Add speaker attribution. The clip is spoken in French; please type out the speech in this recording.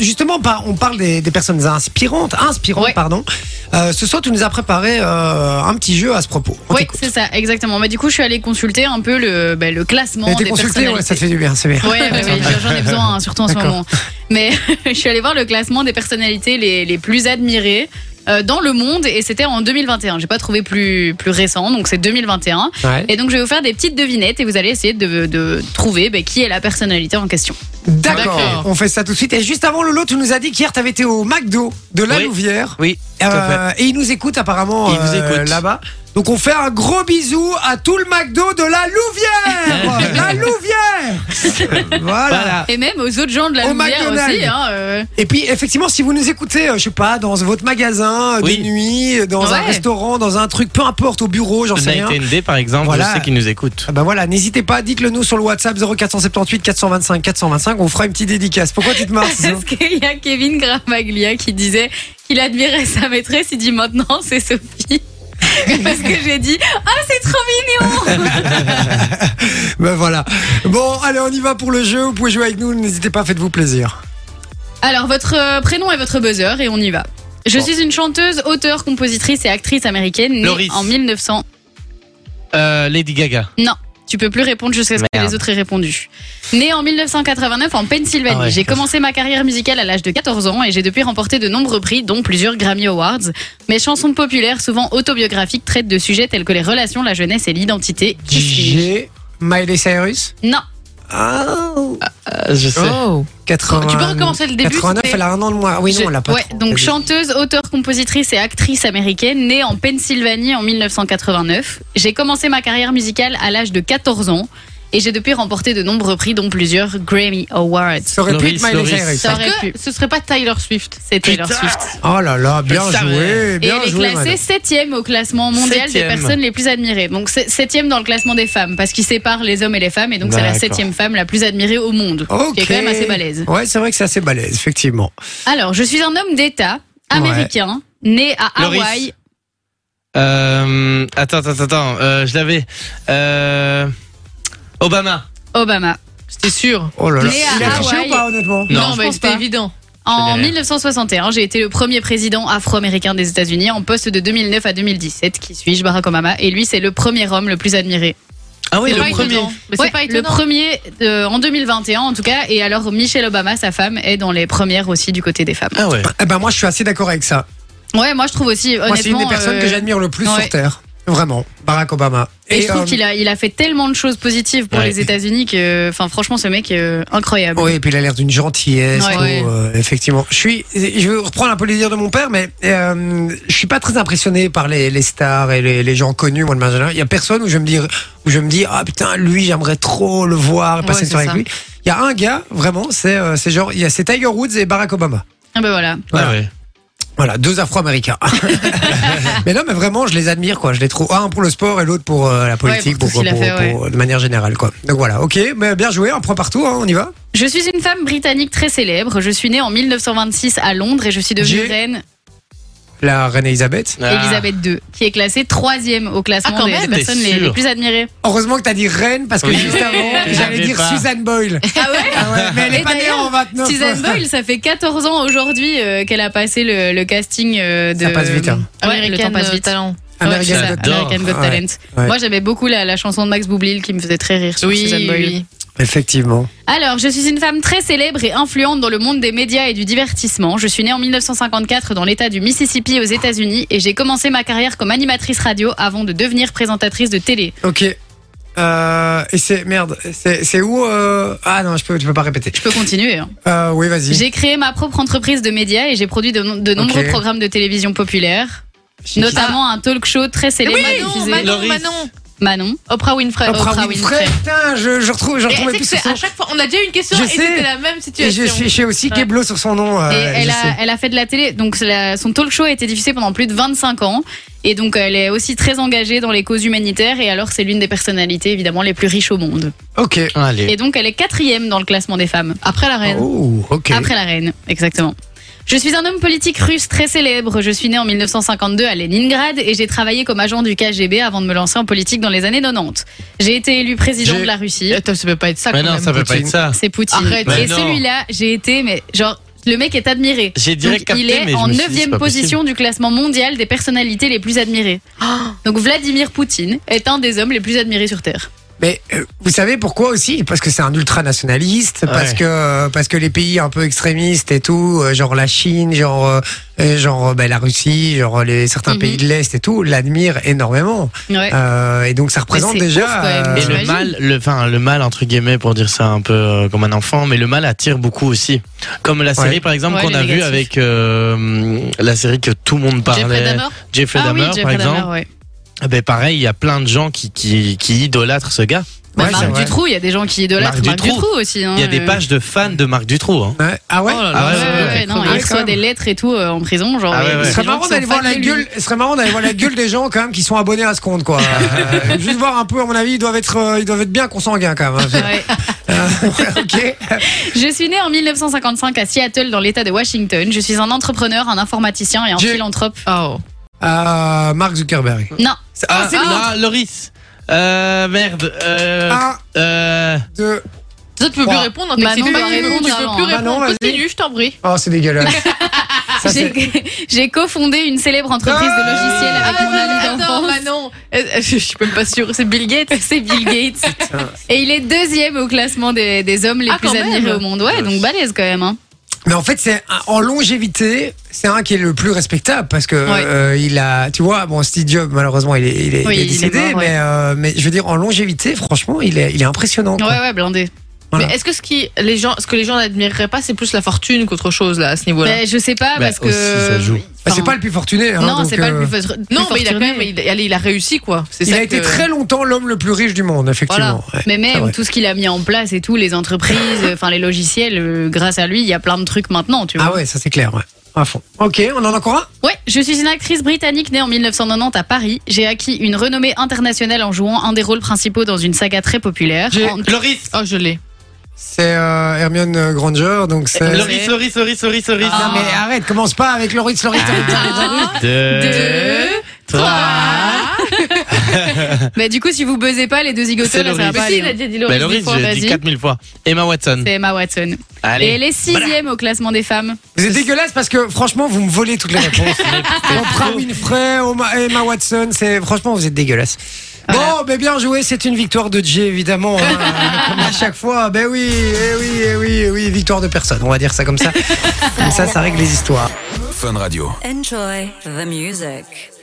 Speaker 1: Justement, par- on parle des, des personnes inspirantes, inspirantes,
Speaker 2: Ouais.
Speaker 1: pardon. Euh, ce soir, tu nous as préparé euh, un petit jeu à ce propos. On
Speaker 2: Oui,
Speaker 1: t'écoute.
Speaker 2: c'est ça, exactement. Bah, du coup, je suis allée consulter un peu le, bah, le classement
Speaker 1: T'as été
Speaker 2: des
Speaker 1: consulté, ouais, ça te
Speaker 2: personnalités.
Speaker 1: fait du bien, c'est bien.
Speaker 2: Ouais, ouais, ouais, j'en ai besoin, hein, surtout en ce
Speaker 1: D'accord.
Speaker 2: moment. Mais je suis allée voir le classement des personnalités les, les plus admirées euh, dans le monde et c'était en 2021. J'ai pas trouvé plus, plus récent, donc c'est 2021.
Speaker 1: Ouais.
Speaker 2: Et donc, je vais vous faire des petites devinettes et vous allez essayer de, de trouver bah, qui est la personnalité en question.
Speaker 1: D'accord,
Speaker 2: D'accord.
Speaker 1: on fait ça tout de suite. Et juste avant, Lolo, tu nous as dit qu'hier, tu avais été au McDo de la
Speaker 3: Oui.
Speaker 1: Louvière.
Speaker 3: Oui, tout à fait.
Speaker 1: Euh, et ils nous écoutent apparemment
Speaker 3: Ils nous
Speaker 1: euh,
Speaker 3: écoutent.
Speaker 1: là-bas. Donc, on fait un gros bisou à tout le McDo de la Louvière La Louvière Voilà.
Speaker 3: Voilà.
Speaker 2: Et même aux autres gens de la
Speaker 1: Au
Speaker 2: lumière
Speaker 1: McDonald's.
Speaker 2: aussi. Hein, euh,
Speaker 1: Et puis, effectivement, si vous nous écoutez, euh, je sais pas, dans votre magasin, euh,
Speaker 3: Oui.
Speaker 1: de nuit, euh, dans un
Speaker 2: Ouais.
Speaker 1: restaurant, dans un truc, peu importe, au bureau, j'en sais rien.
Speaker 3: Night and Day, par exemple,
Speaker 1: Voilà.
Speaker 3: je sais qu'ils nous écoutent.
Speaker 1: Ah Bah voilà, n'hésitez pas, dites-le nous sur le WhatsApp 0478 425 425, on fera une petite dédicace. Pourquoi tu te marres Sisou
Speaker 2: Parce qu'il y a Kevin Gravaglia qui disait qu'il admirait sa maîtresse. Il dit maintenant, c'est Sophie. Parce que j'ai dit Ah, c'est trop mignon
Speaker 1: Bah voilà. Bon, allez, on y va pour le jeu, vous pouvez jouer avec nous, n'hésitez pas, faites-vous plaisir.
Speaker 2: Alors, votre euh, prénom et votre buzzer, et on y va. Je suis une chanteuse, auteure, compositrice et actrice américaine née
Speaker 3: Loris.
Speaker 2: en 1900.
Speaker 3: Euh, Lady Gaga.
Speaker 2: Non, tu peux plus répondre jusqu'à ce que
Speaker 3: Merde.
Speaker 2: les autres aient répondu. Née en 1989 en Pennsylvanie,
Speaker 3: Ah ouais,
Speaker 2: j'ai
Speaker 3: putain.
Speaker 2: commencé ma carrière musicale à l'âge de 14 ans et j'ai depuis remporté de nombreux prix, dont plusieurs Grammy Awards. Mes chansons populaires, souvent autobiographiques, traitent de sujets tels que les relations, la jeunesse et l'identité. Qui suis-je
Speaker 1: J'ai Miley Cyrus.
Speaker 2: Non.
Speaker 1: Oh,
Speaker 3: je sais.
Speaker 2: Ah. Oh. Tu peux recommencer le début
Speaker 1: 89,
Speaker 2: c'était-
Speaker 1: elle a un an de moins. Oui,
Speaker 2: Je-
Speaker 1: non, on l'a pas.
Speaker 2: ouais,
Speaker 1: trop.
Speaker 2: donc chanteuse, auteure, compositrice et actrice américaine, née en Pennsylvanie en 1989. J'ai commencé ma carrière musicale à l'âge de 14 ans et j'ai depuis remporté de nombreux prix, dont plusieurs Grammy Awards.
Speaker 1: Ça aurait pu être
Speaker 3: Loris,
Speaker 1: Miley
Speaker 3: Loris.
Speaker 1: Cyrus.
Speaker 2: Ça aurait
Speaker 4: Est-ce
Speaker 2: pu.
Speaker 4: que ce serait pas Tyler Swift
Speaker 2: C'est Taylor
Speaker 3: Putain.
Speaker 2: Swift.
Speaker 1: Oh là là, bien
Speaker 3: Je le
Speaker 1: joué,
Speaker 3: savais.
Speaker 2: Et
Speaker 1: bien
Speaker 2: elle est
Speaker 1: joué. madame.
Speaker 2: classée septième au classement mondial
Speaker 3: Septième.
Speaker 2: des personnes les plus admirées. Donc c'est- septième dans le classement des femmes, parce qu'il sépare les hommes et les femmes, et donc c'est la
Speaker 3: D'accord.
Speaker 2: septième femme la plus admirée au monde,
Speaker 1: Ok.
Speaker 2: qui est quand même assez balèze.
Speaker 1: Ouais, c'est vrai que c'est assez balèze, effectivement.
Speaker 2: Alors, je suis un homme d'État américain, né à
Speaker 3: Loris.
Speaker 2: Hawaï.
Speaker 3: Euh, attends, attends, attends. euh, je l'avais. Euh, Obama.
Speaker 2: Obama.
Speaker 4: C'était sûr.
Speaker 1: Oh là là.
Speaker 2: Né à
Speaker 1: Il a triché
Speaker 2: Hawaï.
Speaker 1: ou pas, honnêtement
Speaker 3: Non,
Speaker 2: je
Speaker 4: mais
Speaker 2: pense
Speaker 4: c'était
Speaker 2: pas.
Speaker 4: évident.
Speaker 2: En
Speaker 3: Je dirais.
Speaker 2: 1961, j'ai été le premier président afro-américain des États-Unis en poste de 2009 à 2017. Qui suis-je, Barack Obama Et lui, c'est le premier homme le plus admiré.
Speaker 3: Ah oui,
Speaker 4: C'est pas
Speaker 3: le premier.
Speaker 4: étonnant. Mais
Speaker 2: Ouais,
Speaker 4: c'est pas
Speaker 2: le
Speaker 4: étonnant.
Speaker 2: premier euh, en 2021 en tout cas. Et alors Michelle Obama, sa femme, est dans les premières aussi du côté des femmes.
Speaker 3: Ah ouais.
Speaker 1: Eh ben moi je suis assez d'accord avec ça.
Speaker 2: Ouais, moi je trouve aussi honnêtement.
Speaker 1: Moi c'est une des personnes
Speaker 2: euh,
Speaker 1: que j'admire le plus
Speaker 2: ouais.
Speaker 1: sur terre. Vraiment, Barack Obama.
Speaker 2: Et, je trouve
Speaker 1: euh,
Speaker 2: qu'il a, il a fait tellement de choses positives pour
Speaker 3: Ouais.
Speaker 2: les États-Unis que, enfin, franchement, ce mec, euh, incroyable.
Speaker 1: Oui, et puis il a l'air d'une gentillesse.
Speaker 2: Ouais.
Speaker 1: tout,
Speaker 2: Ouais.
Speaker 1: euh, effectivement. Je suis, je veux reprendre un peu les dires de mon père, mais euh, je suis pas très impressionné par les, les stars et les, les gens connus. Moi, de manière générale, il y a personne où je me dis, où je me dis, ah putain, lui, j'aimerais trop le voir, et passer
Speaker 4: Ouais,
Speaker 1: une soirée
Speaker 4: c'est
Speaker 1: avec lui. Il y a un gars, vraiment, c'est, euh, c'est genre, il y a c'est Tiger Woods et Barack Obama.
Speaker 2: Ah ben voilà.
Speaker 1: Voilà.
Speaker 3: Ah ouais.
Speaker 1: Voilà, deux Afro-Américains. mais non, mais vraiment, je les admire, quoi. Je les trouve un pour le sport et l'autre pour euh, la politique,
Speaker 2: Ouais, pour tout
Speaker 1: pour-
Speaker 2: ce qu'il a
Speaker 1: pour-
Speaker 2: fait,
Speaker 1: pour- de manière générale, quoi. Donc voilà, ok, mais bien joué, on prend partout, hein, on y va.
Speaker 2: Je suis une femme britannique très célèbre. Je suis née en 1926 à Londres et je suis devenue
Speaker 1: J'ai-
Speaker 2: reine
Speaker 1: La reine Elisabeth.
Speaker 3: Ah.
Speaker 2: Elisabeth II, qui est classée troisième au classement
Speaker 4: Ah, quand
Speaker 2: des
Speaker 4: même.
Speaker 2: personnes
Speaker 3: T'es
Speaker 2: les,
Speaker 3: sûr
Speaker 2: les plus admirées.
Speaker 1: Heureusement que t'as dit reine parce que
Speaker 3: Oui.
Speaker 1: juste avant, j'allais
Speaker 3: J'avais
Speaker 1: dire
Speaker 3: pas.
Speaker 1: Suzanne Boyle.
Speaker 2: Ah ouais
Speaker 1: Ah ouais, mais elle est
Speaker 2: Et
Speaker 1: pas née
Speaker 2: d'ailleurs,
Speaker 1: en 29.
Speaker 2: Suzanne Boyle, ça fait 14 ans aujourd'hui euh, qu'elle a passé le, le casting euh, de.
Speaker 1: Ça passe vite, hein.
Speaker 4: Ah
Speaker 2: Ouais, le temps passe vite.
Speaker 4: Talent.
Speaker 1: American
Speaker 2: Ouais, c'est ça,
Speaker 1: Got
Speaker 3: Talent.
Speaker 2: American Got
Speaker 1: Ouais,
Speaker 2: Talent.
Speaker 1: ouais.
Speaker 2: Moi, j'aimais beaucoup la, la chanson de Max Boublil qui me faisait très rire sur
Speaker 4: Oui,
Speaker 2: Suzanne Boyle.
Speaker 4: oui.
Speaker 1: Effectivement.
Speaker 2: Alors, je suis une femme très célèbre et influente dans le monde des médias et du divertissement. Je suis née en 1954 dans l'état du Mississippi aux États-Unis et j'ai commencé ma carrière comme animatrice radio avant de devenir présentatrice de télé.
Speaker 1: Ok. Euh, et c'est merde, c'est c'est où euh, Ah non, je peux, tu peux pas répéter.
Speaker 2: Je peux continuer. hein.
Speaker 1: Euh, oui, vas-y.
Speaker 2: J'ai créé ma propre entreprise de médias et j'ai produit de, no- de nombreux
Speaker 1: Ok.
Speaker 2: programmes de télévision populaire, notamment un talk show très célèbre
Speaker 4: Manon,
Speaker 2: diffusé
Speaker 4: Manon,
Speaker 3: Loris.
Speaker 4: Manon.
Speaker 2: Manon.
Speaker 4: Oprah Winfrey. Oh.
Speaker 1: Oprah, Winfrey. Putain, je, je retrouve, je
Speaker 4: Et
Speaker 1: retrouvais
Speaker 4: tu
Speaker 1: plus
Speaker 4: sais que
Speaker 1: sur
Speaker 4: c'est
Speaker 1: son.
Speaker 4: à chaque fois, on a déjà eu une question
Speaker 1: Je
Speaker 4: et
Speaker 1: sais.
Speaker 4: c'était la même
Speaker 1: Et je
Speaker 4: situation.
Speaker 1: suis, je suis aussi
Speaker 4: Ouais.
Speaker 1: Keblo sur son nom. euh,
Speaker 2: Et
Speaker 1: je
Speaker 2: elle,
Speaker 1: sais.
Speaker 2: a, elle a fait de la télé, donc c'est la- son talk show a été diffusé pendant plus de 25 ans. Et donc elle est aussi très engagée dans les causes humanitaires et alors c'est l'une des personnalités évidemment les plus riches au monde.
Speaker 1: Ok.
Speaker 2: Et
Speaker 3: Ah, Allez.
Speaker 2: donc elle est quatrième dans le classement des femmes, après la
Speaker 3: Ah,
Speaker 2: reine.
Speaker 1: Oh, ok.
Speaker 2: Après la reine, exactement. Je suis un homme politique russe très célèbre. Je suis né en 1952 à Leningrad et j'ai travaillé comme agent du KGB avant de me lancer en politique dans les années 90. J'ai été élu président
Speaker 1: J'ai-
Speaker 2: de la Russie.
Speaker 4: Attends, ça peut pas être ça
Speaker 3: Mais
Speaker 4: quand
Speaker 3: non,
Speaker 4: même.
Speaker 3: ça peut pas
Speaker 1: Poutine.
Speaker 3: être ça.
Speaker 2: C'est Poutine.
Speaker 4: Arrête.
Speaker 2: Et
Speaker 3: Mais non.
Speaker 2: celui-là, j'ai été, mais genre, Le mec est admiré.
Speaker 3: J'ai
Speaker 2: Donc,
Speaker 3: direct capté,
Speaker 2: il est
Speaker 3: mais je
Speaker 2: en
Speaker 3: me suis dit, c'est
Speaker 2: neuvième
Speaker 3: pas possible.
Speaker 2: position du classement mondial des personnalités les plus admirées.
Speaker 4: Oh.
Speaker 2: Donc Vladimir Poutine est un des hommes les plus admirés sur Terre.
Speaker 1: Mais euh, vous savez pourquoi aussi Parce que c'est un ultranationaliste, parce
Speaker 3: Ouais.
Speaker 1: que euh, parce que les pays un peu extrémistes et tout, euh, genre la Chine, genre euh, euh, genre euh, ben, la Russie, genre les certains
Speaker 2: Mhm.
Speaker 1: pays de l'est et tout, l'admirent énormément.
Speaker 2: Ouais.
Speaker 1: Euh, et donc ça représente
Speaker 2: c'est
Speaker 1: déjà.
Speaker 2: ouf, quand même.
Speaker 1: euh,
Speaker 3: Et le
Speaker 2: J'imagine.
Speaker 3: mal, le, enfin, le mal, entre guillemets, pour dire ça un peu euh, comme un enfant, mais le mal attire beaucoup aussi. Comme la série,
Speaker 1: Ouais.
Speaker 3: par exemple,
Speaker 2: Ouais,
Speaker 3: qu'on
Speaker 2: les
Speaker 3: a vue
Speaker 2: négatifs.
Speaker 3: avec euh, la série que tout le monde parlait.
Speaker 4: Jeffrey
Speaker 3: Jeffrey
Speaker 4: Dahmer
Speaker 2: Ah oui,
Speaker 3: Dahmer, par
Speaker 2: Jeffrey
Speaker 3: exemple.
Speaker 2: Dahmer, ouais.
Speaker 3: Ben pareil, il y a plein de gens qui, qui, qui idolâtrent ce gars.
Speaker 2: Bah,
Speaker 1: ouais, c'est
Speaker 2: Marc
Speaker 1: vrai.
Speaker 2: Dutroux, il y a des gens qui idolâtrent
Speaker 3: Marc
Speaker 2: Marc Dutroux,
Speaker 3: Dutroux.
Speaker 2: aussi. hein,
Speaker 3: Il y a des
Speaker 2: euh.
Speaker 3: pages de fans de Marc Dutroux. Hein.
Speaker 1: Ouais. Ah ouais.
Speaker 4: Oh là là.
Speaker 3: Ah ouais,
Speaker 2: Ouais, ouais, ouais, non,
Speaker 1: Ah,
Speaker 2: il
Speaker 1: ouais,
Speaker 2: reçoit
Speaker 1: quand
Speaker 2: des
Speaker 1: même.
Speaker 2: lettres et tout euh, en prison. Genre,
Speaker 3: Ah
Speaker 2: il y a
Speaker 3: ouais,
Speaker 2: des
Speaker 1: Ce
Speaker 3: ouais.
Speaker 2: gens
Speaker 1: serait
Speaker 2: qui
Speaker 1: marrant
Speaker 2: sont
Speaker 1: d'aller voir
Speaker 2: fans
Speaker 1: la
Speaker 2: de lui.
Speaker 1: gueule. Ce serait marrant d'aller voir la gueule des gens quand même qui sont abonnés à ce compte quoi. Euh, juste voir un peu. À mon avis, ils doivent être euh, ils doivent être bien consanguins quand même. hein.
Speaker 2: Ouais.
Speaker 1: Ouais, ok.
Speaker 2: Je suis né en 1955 à Seattle, dans l'État de Washington. Je suis un entrepreneur, un informaticien et un
Speaker 1: J'ai-
Speaker 2: philanthrope.
Speaker 4: Oh.
Speaker 1: Euh, Mark Zuckerberg.
Speaker 2: Non,
Speaker 3: Ah,
Speaker 1: c'est
Speaker 3: ah, Loris. Euh, merde. Euh,
Speaker 1: Un,
Speaker 3: euh,
Speaker 1: deux.
Speaker 4: Ça, tu peux plus
Speaker 1: Trois.
Speaker 4: répondre. hein, t'es
Speaker 2: Manon
Speaker 4: excité,
Speaker 2: va
Speaker 4: tu peux-
Speaker 2: répondre
Speaker 4: Tu peux
Speaker 2: avant.
Speaker 4: plus
Speaker 1: Manon,
Speaker 4: répondre.
Speaker 1: vas-y.
Speaker 4: Continue, je t'en prie.
Speaker 1: Oh, c'est dégueulasse. Ça,
Speaker 3: Ah,
Speaker 1: c'est-
Speaker 2: j'ai j'ai cofondé une célèbre entreprise de logiciels avec mon ami
Speaker 4: Ah, attends,
Speaker 2: d'enfance.
Speaker 4: Manon. Euh, Je suis même pas sûre. C'est Bill Gates.
Speaker 2: C'est Bill Gates. Et il est deuxième au classement des, des hommes les
Speaker 4: Ah,
Speaker 2: plus
Speaker 4: quand
Speaker 2: admirés
Speaker 4: même.
Speaker 2: au monde. Ouais, donc balèze quand même. hein.
Speaker 1: Mais en fait, c'est un- en longévité, c'est un qui est le plus respectable parce que
Speaker 2: Ouais.
Speaker 1: euh, il a, tu vois, bon, Steve Jobs malheureusement il est, il est,
Speaker 2: Oui,
Speaker 1: il est
Speaker 2: il est
Speaker 1: décédé,
Speaker 2: mort, ouais.
Speaker 1: mais euh, mais je veux dire en longévité, franchement, il est, il est impressionnant.
Speaker 2: Ouais,
Speaker 1: quoi.
Speaker 2: ouais, blindé.
Speaker 1: Voilà.
Speaker 4: Mais est-ce que ce, qui, les gens, ce que les gens n'admireraient pas, c'est plus la fortune qu'autre chose, là, à ce niveau-là
Speaker 2: Ben, je sais pas
Speaker 3: Bah,
Speaker 2: parce que.
Speaker 3: aussi, ça joue.
Speaker 1: Bah, c'est
Speaker 2: Enfin,
Speaker 1: pas le plus fortuné. hein,
Speaker 2: Non,
Speaker 1: donc,
Speaker 2: c'est pas
Speaker 1: euh,
Speaker 2: le plus fort-
Speaker 4: Non,
Speaker 2: plus
Speaker 4: mais il a quand
Speaker 2: fortuné.
Speaker 4: même, il, allez, il a réussi, quoi. C'est
Speaker 1: Il
Speaker 4: ça
Speaker 1: a été
Speaker 4: que-
Speaker 1: très longtemps l'homme le plus riche du monde, effectivement. Ouais.
Speaker 2: Mais
Speaker 1: c'est
Speaker 2: même
Speaker 1: vrai.
Speaker 2: tout ce qu'il a mis en place et tout, les entreprises, euh, enfin les logiciels, euh, grâce à lui, il y a plein de trucs maintenant, tu vois.
Speaker 1: Ah ouais, ça c'est clair. Ouais. À fond. Ok, on en a encore un.
Speaker 2: Ouais, je suis une actrice britannique née en 1990 à Paris. J'ai acquis une renommée internationale en jouant un des rôles principaux dans une saga très populaire.
Speaker 1: J'ai-
Speaker 2: En-
Speaker 3: Loris.
Speaker 4: Oh, je l'ai.
Speaker 1: C'est euh, Hermione Granger,
Speaker 2: Euh,
Speaker 1: donc Euh, c'est.
Speaker 3: Loris, Loris, Loris, Loris, Loris.
Speaker 1: Non mais arrête, commence pas avec Loris, Loris.
Speaker 2: Un,
Speaker 3: Deux,
Speaker 1: Euh.
Speaker 2: deux, trois. bah du coup, si vous buzzez pas les deux zigotos,
Speaker 3: C'est
Speaker 2: là, ça va
Speaker 3: Laurie.
Speaker 2: pas
Speaker 4: Mais si,
Speaker 2: aller,
Speaker 4: il a
Speaker 2: hein.
Speaker 4: déjà dit
Speaker 3: Ben,
Speaker 4: Laurie dix
Speaker 3: Loris,
Speaker 4: fois,
Speaker 3: j'ai dit
Speaker 4: vas-y.
Speaker 3: 4000 fois. Emma Watson.
Speaker 2: C'est Emma Watson. Et
Speaker 3: Allez.
Speaker 2: elle est sixième au classement des femmes.
Speaker 1: Vous êtes dégueulasse parce que franchement, vous me volez toutes les réponses. Oprah Winfrey, Oma- Emma Watson, c'est franchement, vous êtes dégueulasse.
Speaker 2: Voilà.
Speaker 1: Bon, mais bien joué, c'est une victoire de Jay évidemment, hein, comme à chaque fois. Ben oui, eh oui, eh oui, eh oui, victoire de personne, on va dire ça comme ça. Comme ça, ça règle les histoires.
Speaker 5: Fun Radio.
Speaker 6: Enjoy the music.